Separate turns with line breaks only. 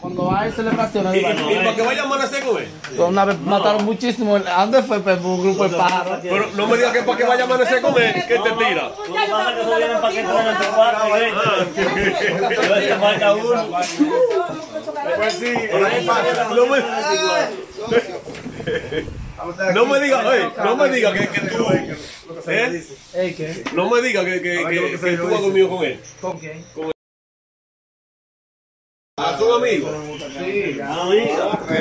Cuando hay celebraciones,
¿Y, y,
hermano,
y para qué vaya a amanecer con él?
una vez mataron muchísimo. el- ¿A ¿Dónde fue? Pues, fue un grupo de pájaros.
Pero no me digas que para qué vaya a amanecer con él, que te tira.
Tú
Tú
no
no
pasa que
que
eso viene para que truene tu cuarto y grite. Yo te falta uno.
No me, no me digas, oye, no me digas que, que tú. ¿eh?
Ey, ¿qué?
No me digas que, que, que, que tú has dormido con él. Ah,
¿Con quién?
A tu amigo.
Sí, ya.